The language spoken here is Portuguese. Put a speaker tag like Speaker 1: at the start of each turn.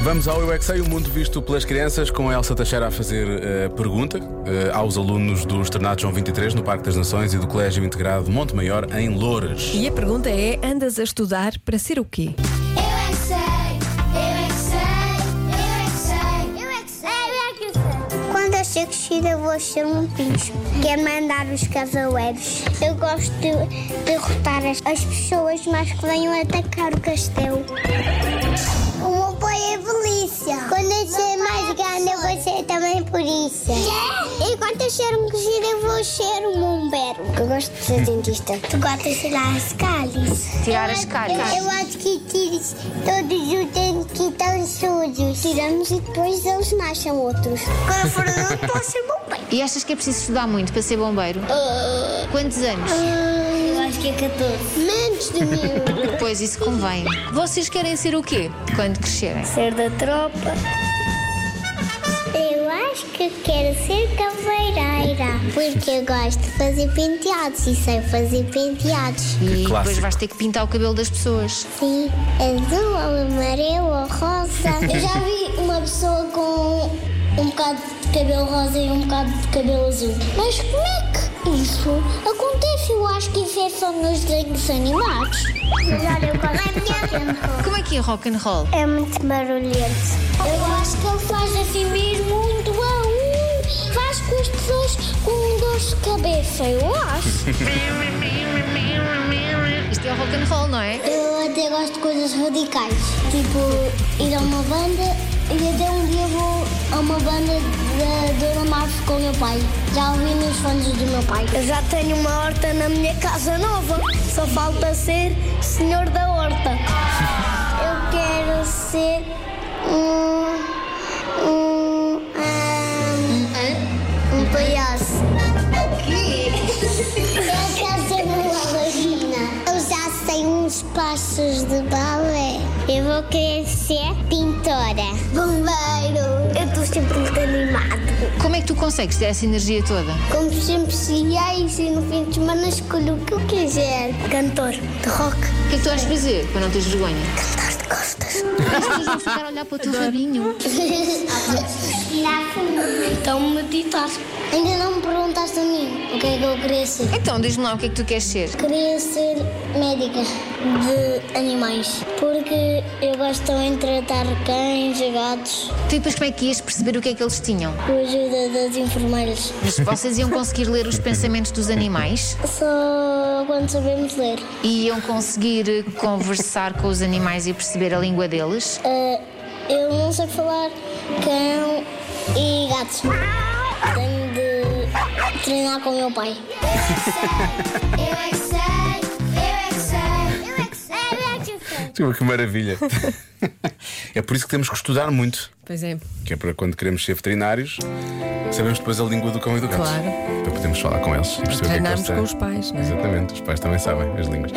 Speaker 1: Vamos ao Eu é Que Sei, o mundo visto pelas crianças, com a Elsa Teixeira a fazer eh, pergunta eh, aos alunos do Externato João 23, no Parque das Nações e do Colégio Integrado Monte Maior, em Loures.
Speaker 2: E a pergunta é: andas a estudar para ser o quê?
Speaker 3: Eu é que sei, eu é que sei, eu é que sei, eu é que sei, eu é que sei, Quando eu ser crescida vou ser um pincho, que é mandar os cavaleiros. Eu gosto de derrotar as, as pessoas mais que venham atacar o castelo. O meu pai é polícia. Quando eu ser mais grande eu vou ser também polícia. E quando eu ser um crescido eu vou ser um bombeiro. Eu gosto de ser dentista. Tu gostas de tirar as cálices?
Speaker 4: Tirar as cáries.
Speaker 3: Eu acho que tiras todos os dentes que estão sujos. Tiramos e depois eles nascem outros. Quando for adulto, posso ser bom pai.
Speaker 4: E achas que é preciso estudar muito para ser bombeiro? Quantos anos?
Speaker 3: Eu acho que é 14. Menos de mil.
Speaker 4: Pois isso convém. Vocês querem ser o quê quando crescerem?
Speaker 3: ser da tropa. Eu acho que quero ser caveireira. Porque eu gosto de fazer penteados e sei fazer penteados.
Speaker 4: E depois
Speaker 1: clássico.
Speaker 4: vais ter que pintar o cabelo das pessoas.
Speaker 3: Sim, é azul, ou amarelo, ou rosa. Eu já vi uma pessoa com um bocado de cabelo rosa e um bocado de cabelo azul. Mas como é que isso acontece? Eu acho que isso é só nos desenhos animados. Mas olha, eu gosto
Speaker 4: Como é que é rock and roll?
Speaker 3: É muito barulhento. Eu acho que ele faz assim mesmo um do a um. Faz com as pessoas com um dor de cabeça, eu acho.
Speaker 4: Isto é rock and roll, não é?
Speaker 3: Eu até gosto de coisas radicais, tipo ir a uma banda e até um dia vou a uma banda da Dona Marfo com o meu pai. Já ouvi nos fones do meu pai. Eu já tenho uma horta na minha casa nova, só falta ser senhor da horta. Eu quero ser um. um. um, um palhaço. Eu quero ser é uma bailarina. Eu já sei uns passos de balé. Eu vou querer ser pintora. Bombeiro. Eu estou sempre muito animado.
Speaker 4: Como é que tu consegues ter essa energia toda?
Speaker 3: Como sempre cheguei e no fim de semana escolho o que eu quiser. Cantor de rock.
Speaker 4: O que é que tu vais fazer para não teres vergonha?
Speaker 3: Cantor de costas.
Speaker 4: As pessoas vão ficar a olhar para o teu rabinho.
Speaker 3: então meditar. Ainda não me perguntaste a mim o que é que eu queria ser.
Speaker 4: Então, diz-me lá o que é que tu queres ser.
Speaker 3: Queria ser médica de animais, porque eu gosto também de tratar cães, gatos,
Speaker 4: Tu e depois como é que ias perceber o que é que eles tinham?
Speaker 3: com a ajuda das enfermeiras.
Speaker 4: Mas vocês iam conseguir ler os pensamentos dos animais
Speaker 3: Só quando sabemos ler.
Speaker 4: e iam conseguir eh, conversar com os animais e perceber a língua deles.
Speaker 3: Ah, eu não sei falar cão e gatos. Tenho de treinar com o meu pai. Eu é que sei, eu é que sei, eu é que sei, eu é que sei, eu é que sei.
Speaker 1: Sim, Que maravilha. é por isso que temos que estudar muito,
Speaker 2: Pois é,
Speaker 1: que é para quando queremos ser veterinários, sabemos depois a língua do cão e do gato.
Speaker 2: Claro.
Speaker 1: Para podermos falar com eles e perceber o que é que eles
Speaker 2: treinarmos com
Speaker 1: têm.
Speaker 2: os pais, não é?
Speaker 1: Exatamente, os pais também sabem as línguas.